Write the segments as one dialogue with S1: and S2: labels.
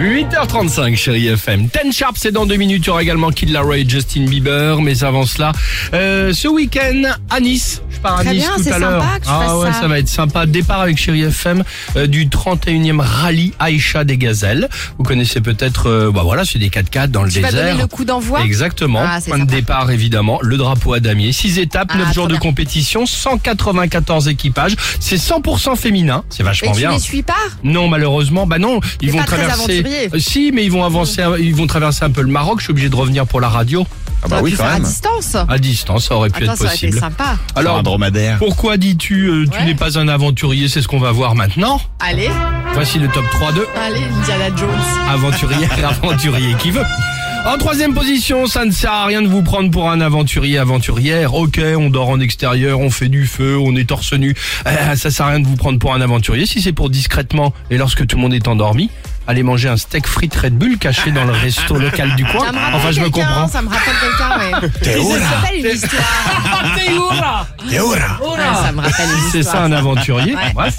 S1: 7h35, chérie FM. Ten Sharp, c'est dans deux minutes. Il y aura également Kid Laroi et Justin Bieber. Mais avant cela, euh, ce week-end à Nice. Je pars à
S2: Très
S1: Nice
S2: bien,
S1: tout
S2: c'est
S1: à l'heure.
S2: sympa que tu
S1: Ah
S2: fasses
S1: ouais,
S2: ça.
S1: va être sympa. Départ avec chérie FM euh, du 31e rallye Aïcha des Gazelles. Vous connaissez peut-être, euh, bah voilà, c'est des 4x4 dans le
S2: Tu vas
S1: désert.
S2: donner le coup d'envoi
S1: Exactement.
S2: Ah, c'est
S1: Point de
S2: sympa.
S1: départ, évidemment. Le drapeau à damier. 6 étapes,
S2: Ah,
S1: 9 jours
S2: trop
S1: de
S2: bien.
S1: compétition, 194 équipages. C'est 100% féminin. C'est
S2: et
S1: vachement
S2: tu
S1: bien.
S2: ne suis pas
S1: Non, malheureusement, bah non, ils
S2: T'es
S1: vont
S2: pas très
S1: traverser.
S2: aventurier.
S1: Euh, si, mais ils vont avancer, un- ils vont traverser un peu le Maroc. Je suis obligé de revenir pour la radio
S3: Ah bah
S2: T'aurais
S3: oui,
S2: pu
S3: quand
S2: faire à
S3: même.
S2: distance.
S1: à distance. Ça aurait pu
S2: Attends,
S1: être
S2: ça aurait été
S1: possible.
S2: sympa.
S3: Alors,
S1: Alors,
S3: un dromadaire.
S1: pourquoi dis-tu euh, tu
S2: Ouais.
S1: n'es pas un aventurier C'est ce qu'on va voir maintenant.
S2: Allez,
S1: Voici le top 3 de
S2: allez, Indiana Jones.
S1: aventurière, aventurier qui veut. En troisième position, ça ne sert à rien de vous prendre pour un aventurier, aventurière. Ok, on dort en extérieur, on fait du feu, on est torse nu. Euh, ça sert à rien de vous prendre pour un aventurier si c'est pour discrètement et lorsque tout le monde est endormi. Aller manger un steak frites Red Bull caché dans le resto local du coin.
S2: Ça
S3: Ah,
S2: me rappelle
S1: Enfin, je me
S2: quelqu'un,
S1: comprends.
S2: Ça me rappelle quelqu'un, ouais.
S3: T'es où, là
S2: Ça s'appelle une histoire.
S3: T'es où, oh là
S2: Ouais, ça me rappelle une
S1: Si
S2: histoire.
S1: c'est ça un aventurier,
S2: Ouais.
S1: bref.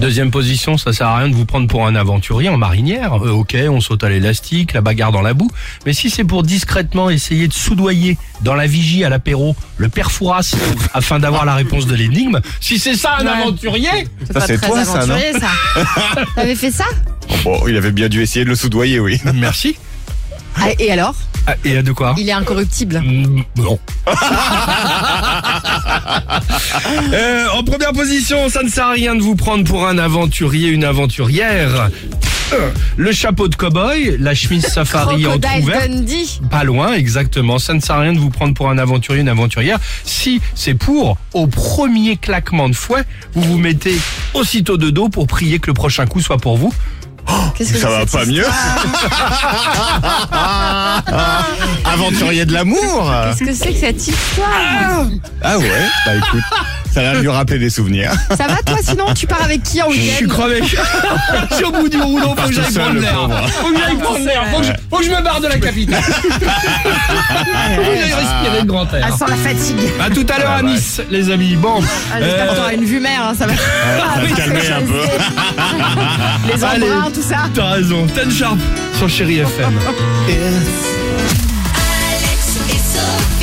S1: Deuxième position, ça sert à rien de vous prendre pour un aventurier en marinière. Euh, ok, on saute à l'élastique, la bagarre dans la boue. Mais si c'est pour discrètement essayer de soudoyer dans la vigie à l'apéro le père Fouras afin d'avoir la réponse de l'énigme, si c'est ça un
S2: Ouais.
S1: aventurier,
S2: C'est
S3: Ça,
S2: pas
S3: c'est
S2: très
S3: toi, ça, non
S2: aventurier, ça. T'avais fait ça
S3: Bon, il avait bien dû essayer de le soudoyer, oui.
S1: merci.
S2: Ah, Et alors
S1: Ah, Et de quoi
S2: Il est incorruptible.
S1: Mm, Non. Euh, en première position, ça ne sert à rien de vous prendre pour un aventurier, une aventurière. Euh, Le chapeau de cow-boy, la chemise safari en
S2: Crocodile
S1: couvert.
S2: Dundee.
S1: Pas loin, exactement. Ça ne sert à rien de vous prendre pour un aventurier, une aventurière. Si c'est pour, au premier claquement de fouet, vous vous mettez aussitôt de dos pour prier que le prochain coup soit pour vous.
S2: Qu'est-ce que
S3: Ça
S2: c'est
S3: va
S2: cette
S3: pas
S2: histoire
S3: mieux Aventurier de l'amour
S2: Qu'est-ce que c'est que cette histoire
S3: Ah ouais Bah écoute, ça va lui rappeler des souvenirs.
S2: Ça va toi sinon Tu pars avec qui en
S1: Je suis
S2: week-end
S1: crevé. je suis au bout du rouleau, faut que j'aille
S3: Tout seul,
S1: prendre
S3: le
S1: l'air.
S3: pauvre.
S1: Faut que j'aille prendre l'air. Faut que je, faut que je me barre de la capitale. faut que j'aille respirer de grand air.
S2: Ah, sans la fatigue.
S1: À tout à l'heure
S3: Ah,
S1: à Nice, les amis. Bon.
S2: Ah, J'espère
S1: Euh,
S2: que t'auras une vue mère, hein, ça va.
S3: euh, se calmer un peu.
S2: Les
S1: Allez.
S2: embruns, tout ça.
S1: T'as raison. Ten Sharp sur Chéri FM.
S4: Alex et Sophie.